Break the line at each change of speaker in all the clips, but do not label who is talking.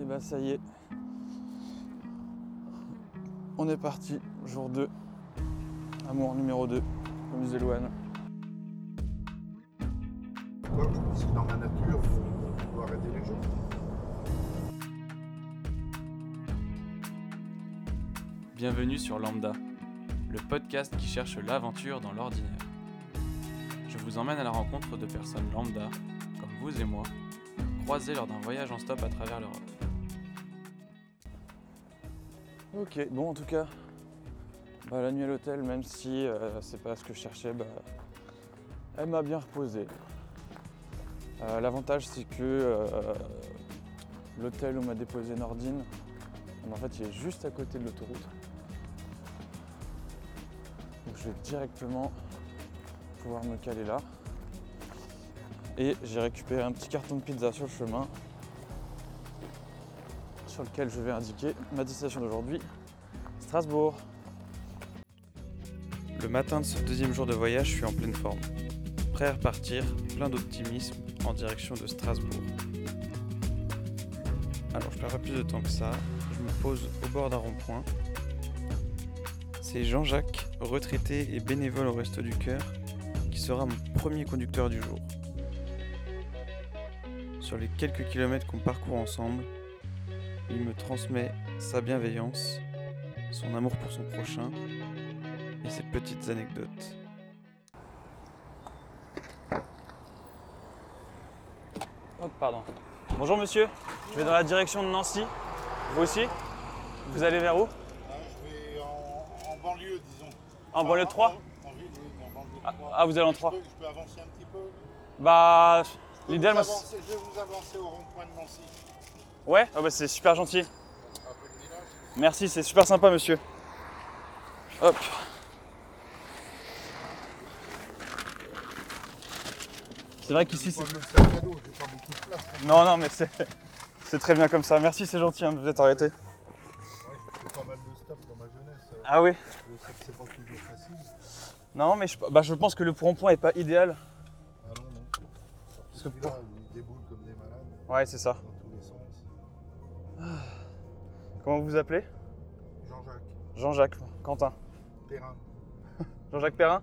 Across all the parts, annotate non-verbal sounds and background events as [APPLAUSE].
Et bah ça y est. On est parti, jour 2. Amour numéro 2, au musée Louane.
Pourquoi Parce que dans la nature, il faut pouvoir aider les gens.
Bienvenue sur Lambda, le podcast qui cherche l'aventure dans l'ordinaire. Je vous emmène à la rencontre de personnes lambda, comme vous et moi, croisées lors d'un voyage en stop à travers l'Europe.
Ok, bon en tout cas, bah, la nuit à l'hôtel, même si euh, c'est pas ce que je cherchais, bah, elle m'a bien reposé. Euh, L'avantage c'est que euh, l'hôtel où m'a déposé Nordine, bah, en fait il est juste à côté de l'autoroute. Donc je vais directement pouvoir me caler là. Et j'ai récupéré un petit carton de pizza sur le chemin sur lequel je vais indiquer ma destination d'aujourd'hui, Strasbourg.
Le matin de ce deuxième jour de voyage, je suis en pleine forme. Prêt à repartir, plein d'optimisme, en direction de Strasbourg. Alors, je perds pas plus de temps que ça. Je me pose au bord d'un rond-point. C'est Jean-Jacques, retraité et bénévole au Resto du Cœur, qui sera mon premier conducteur du jour. Sur les quelques kilomètres qu'on parcourt ensemble, il me transmet sa bienveillance, son amour pour son prochain et ses petites anecdotes.
Oh, pardon. Bonjour monsieur, je vais dans la direction de Nancy. Vous aussi Vous allez vers où
je vais en, en banlieue, disons.
En
Enfin,
banlieue de Troyes
en- en ville, oui, en banlieue de
Ah,
Troyes.
ah, vous allez en
Je
Troyes
peux- Je, peux avancer un petit peu
Bah,
Je vais
l'idéal,
vous
moi,
avancer- Je vais vous avancer au rond-point de Nancy.
c'est- ouais, ah bah, c'est super gentil. Merci, c'est super sympa, monsieur. Hop. C'est vrai qu'ici, c'est.
le sac à dos, j'ai pas beaucoup de place.
Non, non, mais c'est. C'est très bien comme ça. Merci, c'est gentil hein, de vous être arrêté.
Ouais, j'ai fait pas mal de stop dans ma jeunesse. euh,
Ah oui.
Je sais que c'est pas toujours facile.
Non, mais je, bah, je pense que le rond-point est pas idéal.
Ah non, non. Parce
que
que là, ils déboulent comme des malades
Ouais, c'est ça.
dans tous les sens.
Comment vous vous appelez
Jean-Jacques,
Jean-Jacques, Quentin.
terrain.
Jean-Jacques Perrin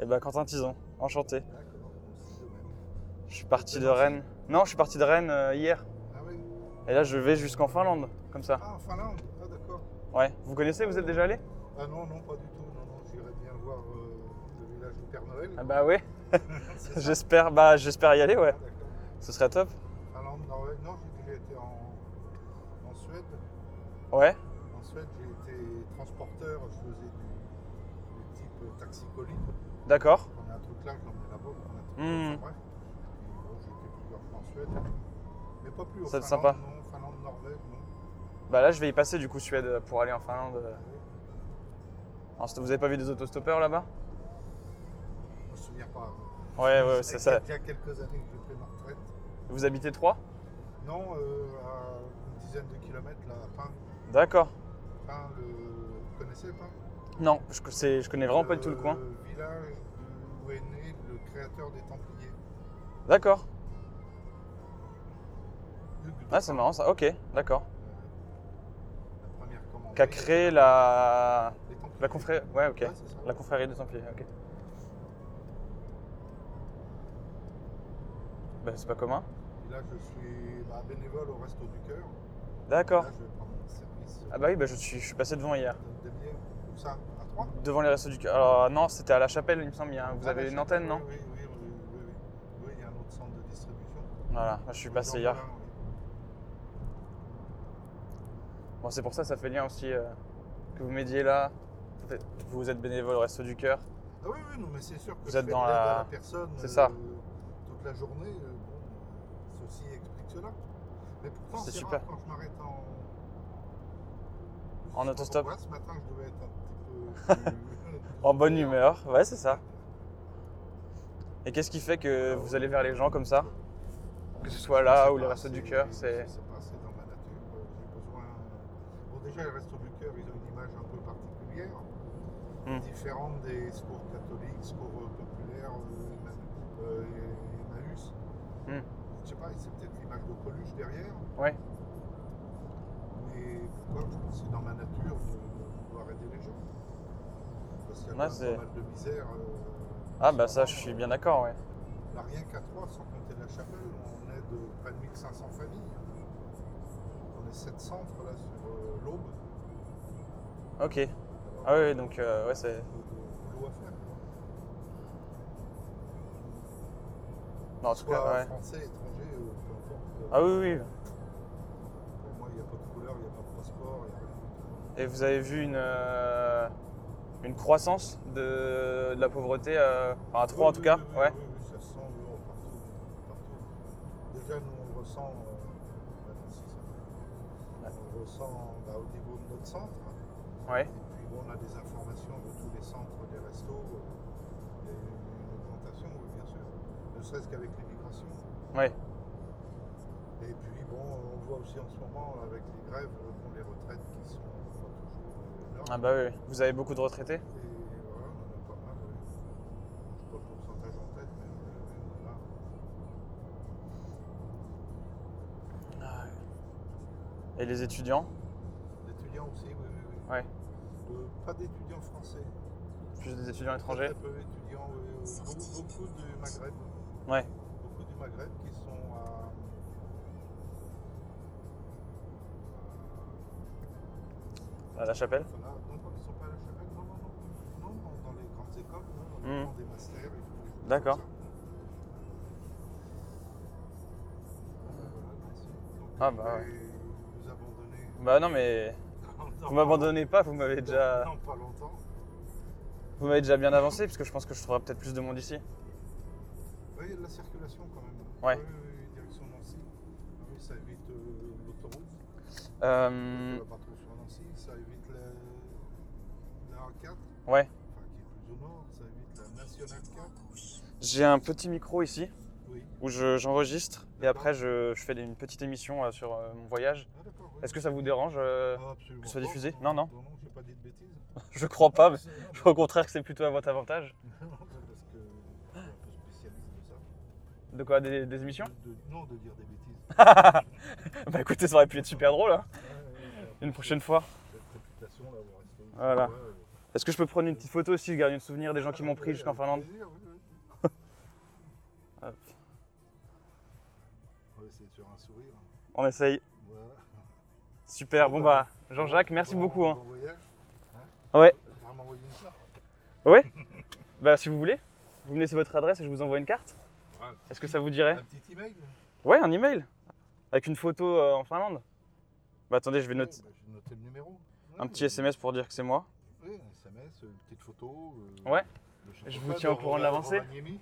Eh ben Quentin Tison, enchanté.
D'accord, c'est de même.
Je suis parti de Rennes. Non, je suis parti de Rennes euh, hier.
Ah oui
Et là, je vais jusqu'en Finlande, comme ça.
Ah, en Finlande Ah d'accord.
Ouais. Vous connaissez Vous êtes déjà allé
Ah non, non, pas du tout. Non, non, j'irais bien voir euh, le village du Père Noël.
Ah bah ouais.
[LAUGHS] C'est ça
J'espère, bah j'espère y aller, ouais.
Ah, d'accord.
Ce serait top.
Finlande, Norvège. Non, j'ai déjà été en, en Suède.
Ouais.
En Suède, j'ai été transporteur. Je faisais du, du type taxi-colis.
D'accord.
On a un truc là, j'en ai là-bas. On a un truc
Hmm.
là, enfin, bref. Et bon, j'ai été plusieurs fois en Suède. Mais pas plus. en
Ça, c'est
Finlande,
sympa.
Non, Finlande, Norvège, non.
Bah là, je vais y passer du coup Suède euh, pour aller en Finlande. Alors, vous avez pas vu des autostoppeurs là-bas
Je me souviens pas.
Ouais, ouais, c'est
C'est
ça.
Il y a quelques années que j'ai pris ma retraite.
[LAUGHS] Vous habitez Troyes
Non, euh, à une dizaine de kilomètres là, à Pin.
D'accord.
Pin, le... Vous connaissez Pin
Non, je, c'est- je connais vraiment pas du tout le coin.
Le village où est né le créateur des Templiers.
Euh, D'accord.
Hugues de
Ah, c'est
Pin,
marrant ça. Ok, d'accord.
La première commande.
Qu'a créé la.
Les Templiers.
La confrérie. Ouais, ok.
Ouais, c'est ça.
La confrérie des Templiers, ok. Bah, c'est pas commun.
Et là, je suis bah, bénévole au Resto du Cœur.
D'accord.
Là, je vais prendre un service.
Ah, bah oui, bah, je, suis, je suis passé devant hier.
de demi-heure. Où ça À Troyes
Devant les restos du cœur. Alors, non, c'était à la chapelle, il me semble. il y a un- Vous
Ah,
avez
la
une
chapelle,
antenne, non
oui oui, oui, oui, oui, oui. Oui, il y a un autre centre de distribution.
Voilà, moi, je suis passé
Jean
Bah, hier.
Moulin, oui.
Bon, c'est pour ça, ça fait lien aussi euh, que vous m'aidiez là. Peut-être que Vous êtes bénévole au resto du cœur.
Ah oui, oui, non, mais c'est sûr que
Vous
je
êtes
fais
dans
de l'aide
la-
à la personne euh,
C'est ça.
toute la journée. euh, bon, euh, ceci explique cela. Mais pourtant,
C'est
c'est
super.
rare quand je m'arrête en. Je sais
En
pas
autostop.
pourquoi, Ce matin, je devais être un
[LAUGHS]
petit peu. plus-
En bonne humeur, ouais, c'est ça. Et qu'est-ce qui fait que vous allez vers les gens comme ça Que ce soit
Ah Je
là
sais
ou les
pas,
restos du
c'est-
cœur, c'est.
Je sais pas, c'est dans ma nature. euh, J'ai besoin. Bon, déjà, les restos du cœur, ils ont une image un peu particulière,
Hmm.
différente des secours catholiques, secours euh, populaires, euh, Emma- euh, Emmaüs.
Hmm.
Je sais pas, c'est peut-être l'image de Coluche derrière.
Ouais.
Et pourquoi C'est dans ma nature de vouloir aider les gens. Parce qu'il y a
Ouais,
quand
c'est-
même pas mal de misère. euh,
Ah bah ça, je suis bien d'accord, ouais.
Là, rien qu'à Troyes, sans compter la chapelle, on aide près de 1500 familles. On est 700 voilà, sur euh, l'aube.
Ok.
Alors,
Ah oui, donc euh, ouais, c'est...
de- de boulot à faire. quoi.
Non, en tout
Soit
cas, ouais.
français, étranger, euh, peu importe.
Ah oui, oui. oui.
Pour moi, il n'y a pas de couleur, il n'y a pas de passeport, il n'y a rien.
Et vous avez vu une, euh, une croissance de, de la pauvreté, euh, enfin, à
Oui,
Troyes en
oui,
tout
oui,
cas,
oui,
ouais.
Oui, oui, ça se sent euh, partout, partout. Déjà, nous, on ressent, euh, bah, nous, si, ça.
Ouais.
on ressent bah, au niveau de notre centre. hein.
Ouais.
Et puis, bon, on a des informations de tous les centres, des restos, euh, et une augmentation, oui, bien sûr. Ne serait-ce qu'avec l'immigration.
Ouais.
Et puis, bon, on voit aussi en ce moment, avec les grèves, euh, bon, les retraites qui sont pas toujours euh, énormes.
Ah bah oui, oui. vous avez beaucoup de retraités
Et voilà, on en a pas mal. oui. Je sais pas le pourcentage en tête, mais euh, on en a. Ah
Et les étudiants
D'étudiants aussi, oui, oui, oui.
Ouais.
Euh, pas d'étudiants français.
Plus des étudiants étrangers
[LAUGHS] Très peu d'étudiants, oui, oui. Beaucoup, beaucoup du Maghreb.
Ouais.
Beaucoup du Maghreb qui sont à.
à la chapelle
Enfin, là, non, non, ils sont pas à la chapelle, non, non, non. Non, dans, dans les grandes écoles, non, dans
Mhm.
les grands des masters. et tout, des choses
D'accord.
comme ça. Ah, bah, voilà, merci. Donc,
Ah, bah,
je vais Vous abandonner.
Bah non mais
dans-
vous m'abandonnez pas, vous m'avez déjà
Dans pas longtemps.
vous m'avez déjà bien avancé parce que je pense que je trouverai peut-être plus de monde ici.
Oui, il y a de la circulation quand même.
Ouais.
Oui, oui, oui, direction Nancy. Ah oui, ça évite euh, l'autoroute.
Euh,
La patrouille sur Nancy. Ça évite la, la A4,
ouais,
enfin, qui est plus au nord. Ça évite la Nationale 4.
j'ai un petit micro ici
Oui.
où je- j'enregistre et
D'accord.
après je, je fais des- une petite émission euh, sur euh, mon voyage.
Ah, d'accord. Oui.
Est-ce que ça vous dérange euh [LAUGHS]
Ah, absolument
que ce soit
pas.
diffusé Non, non.
Non, non, j'ai pas dit de bêtises.
Je crois pas, mais [LAUGHS]
c'est-
je crois au contraire que c'est plutôt à votre avantage.
Non, non, c'est parce que je suis un peu spécialiste de ça.
De quoi Des, des émissions
De- de- Non, de dire des
[LAUGHS]
bêtises.
Bah écoutez, ça aurait pu être super drôle, hein,
Ouais, ouais, ouais,
une prochaine fois.
Cette réputation, là, vous restez.
Voilà.
Ouais, ouais.
Est-ce que je peux prendre une petite photo aussi, garder une souvenir des gens qui
Ah,
m'ont
ouais,
pris jusqu'en
avec
Finlande
plaisir, oui, oui.
[LAUGHS] Hop.
On va essayer de faire un sourire.
On essaye.
Voilà.
Super, bon bah, Jean-Jacques, merci
Bon-
beaucoup. Hein.
Bon voyage. Hein
Ouais.
Tu vas m'envoyer une carte
Bah si vous voulez, vous me laissez votre adresse et je vous envoie une carte.
Voilà.
Est-ce que ça vous dirait
Un petit email
Ouais, un email. Avec une photo euh, en Finlande. Bah attendez, je vais
Ouais,
noter
bah, je vais noter le numéro.
un
Ouais,
petit
euh,
SMS pour dire que c'est moi.
Oui, un SMS, euh, une petite photo. euh,
Ouais.
le
Je
château
vous
pas
tiens au courant de
Rola-
l'avancée.
Rovaniemi.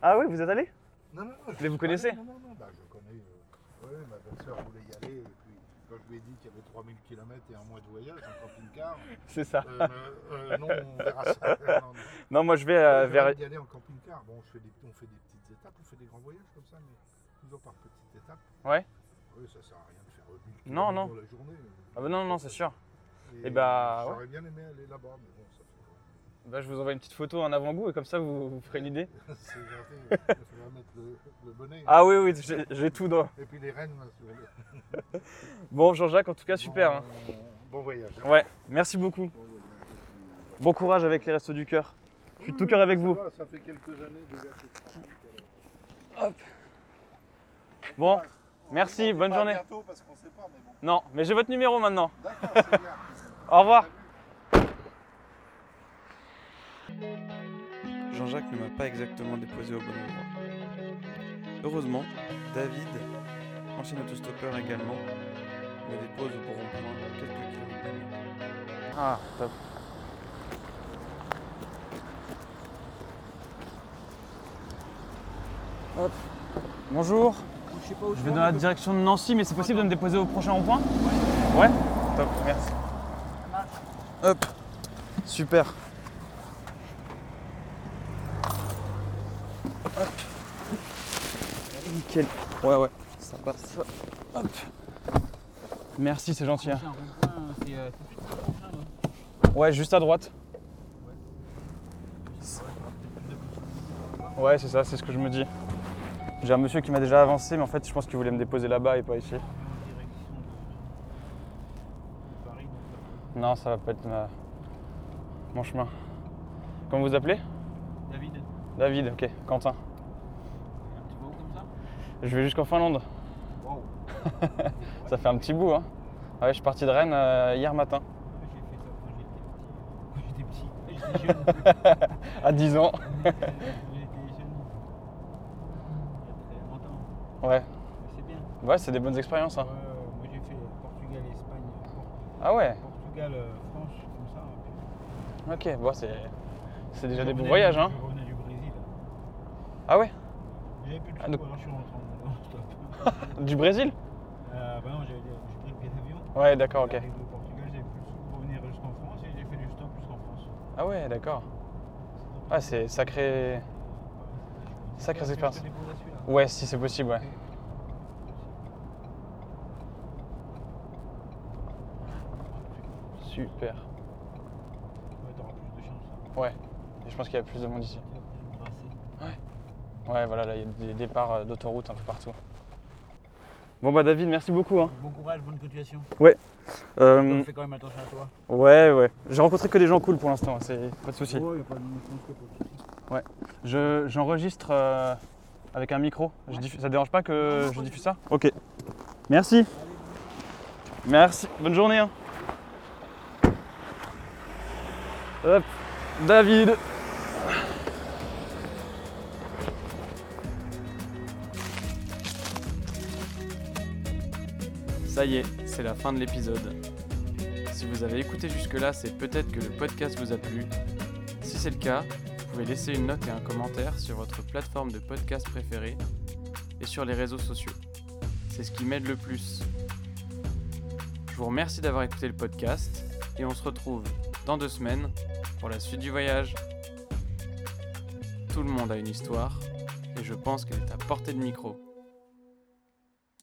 Ah oui, vous êtes allé
Non, non, non. je
Mais vous
suis
connaissez
allé, Non, non, non, bah, je connais. euh, ouais, ma belle-sœur voulait y aller. Et puis, quand je lui ai dit qu'il y avait 3000 km et un mois de voyage en camping-car,
C'est ça.
euh, euh, non, on verra
[LAUGHS]
ça. Non, non.
Non, moi je vais euh,
Je
vers...
rêve d'y aller en camping-car. Bon, je fais des- on fait des petites étapes, on fait des grands voyages comme ça, mais toujours par petites étapes.
Ouais.
Oui, ça sert à rien de faire 1000
Non,
kilomètres
non.
dans la journée. euh.
Ah bah non, non, non, c'est sûr.
Et,
Eh bah,
J'aurais bien aimé aller là-bas, mais bon, ça fait.
Bah je vous envoie une petite photo en avant-goût et comme ça vous, vous ferez une idée.
[LAUGHS] c'est gentil, il
[LAUGHS]
faudra mettre le, le bonnet.
Ah oui, oui, j'ai j'ai tout dans...
Et puis les rennes, là, sur les-
Bon Jean-Jacques, en tout cas, super. hein.
Bon, euh, bon voyage. hein.
Ouais, merci beaucoup.
Bon voyage.
Bon courage avec les restos du cœur. Je suis de tout cœur avec
Ça
vous.
va, ça fait quelques années déjà que je pratique, alors.
Bon, merci,
On
bonne
sait pas
journée.
bientôt parce qu'on sait pas, mais bon.
Non, mais j'ai votre numéro maintenant.
D'accord, c'est bien.
Au revoir.
Salut.
Jean-Jacques ne m'a pas exactement déposé au bon endroit. Heureusement, David, ancien autostoppeur également, me dépose au bon rond-point quelques kilomètres. plus loin.
Ah, top. Hop. Bonjour.
Je sais pas où
Je vais dans la direction de Nancy, mais c'est possible de me déposer au prochain rond-point Ouais. Top, merci. Hop. Super. Hop. Nickel. Ouais, ouais. Ça passe. Hop. Merci, c'est gentil. hein.
C'est euh, tout de suite le prochain, là.
Ouais, juste à droite. Ouais, c'est ça, c'est ce que je me dis. J'ai un monsieur qui m'a déjà avancé, mais en fait, je pense qu'il voulait me déposer là-bas et pas ici.
En direction de-
Non, ça va pas être ma- mon chemin. Comment vous appelez
David,
David, ok. Quentin.
un petit mot comme ça
Je vais jusqu'en Finlande.
Wow.
Ça fait un petit bout, hein. Ouais, je suis parti de Rennes euh, hier matin,
J'ai fait ça quand j'étais petit. Quand j'étais petit, j'étais [LAUGHS] jeune.
à 10 ans.
j'étais jeune. Il y a très longtemps.
Ouais,
Mais c'est bien.
ouais, c'est des bonnes expériences, hein.
Ouais, euh, moi j'ai fait Portugal, Espagne, Por-
Ah ouais,
Portugal, euh, France, comme ça. puis-
ok. Bon, c'est c'est déjà
Je
des bons
revenais
voyages,
du-
hein.
Je revenais du Brésil.
Ah ouais
J'avais plus de
Ah,
chevaux,
donc-
alors je suis rentré en non, stop.
Du Brésil
Euh, bah non, j'avais- j'ai pris le billet d'avion.
Ouais, d'accord, Ah, ok.
Arrivé au Portugal, j'avais plus le sou pour venir jusqu'en France et j'ai fait du stop jusqu'en France.
Ah ouais, d'accord.
C'est
Ah, c'est sacré.
top.
sacrée
J'espère
expérience.
que je te découvre hein. celui-là.
Ouais, si c'est possible, ouais. Super.
Ouais, t'auras plus de chance. hein.
Et je pense qu'il y a plus de monde ici.
Tu vas peut-être brasser.
Ouais, voilà, là, il y a des départs euh, d'autoroute un peu partout. Bon, bah, David, merci beaucoup. Hein.
Bon courage, bonne continuation.
Euh,
Fais quand même attention à toi.
ouais, ouais. J'ai rencontré que des gens cool pour l'instant, hein, c'est pas de souci.
Ouais, y a pas de je pense que pas de soucis.
Je- J'enregistre euh, avec un micro. Je diffu- ça te dérange pas que je diffuse ça Ok. Merci. Merci. Bonne journée. hein. Hop. David.
Ça y est, c'est la fin de l'épisode. Si vous avez écouté jusque-là, c'est peut-être que le podcast vous a plu. Si c'est le cas, vous pouvez laisser une note et un commentaire sur votre plateforme de podcast préférée et sur les réseaux sociaux. C'est ce qui m'aide le plus. Je vous remercie d'avoir écouté le podcast et on se retrouve dans deux semaines pour la suite du voyage. Tout le monde a une histoire et je pense qu'elle est à portée de micro.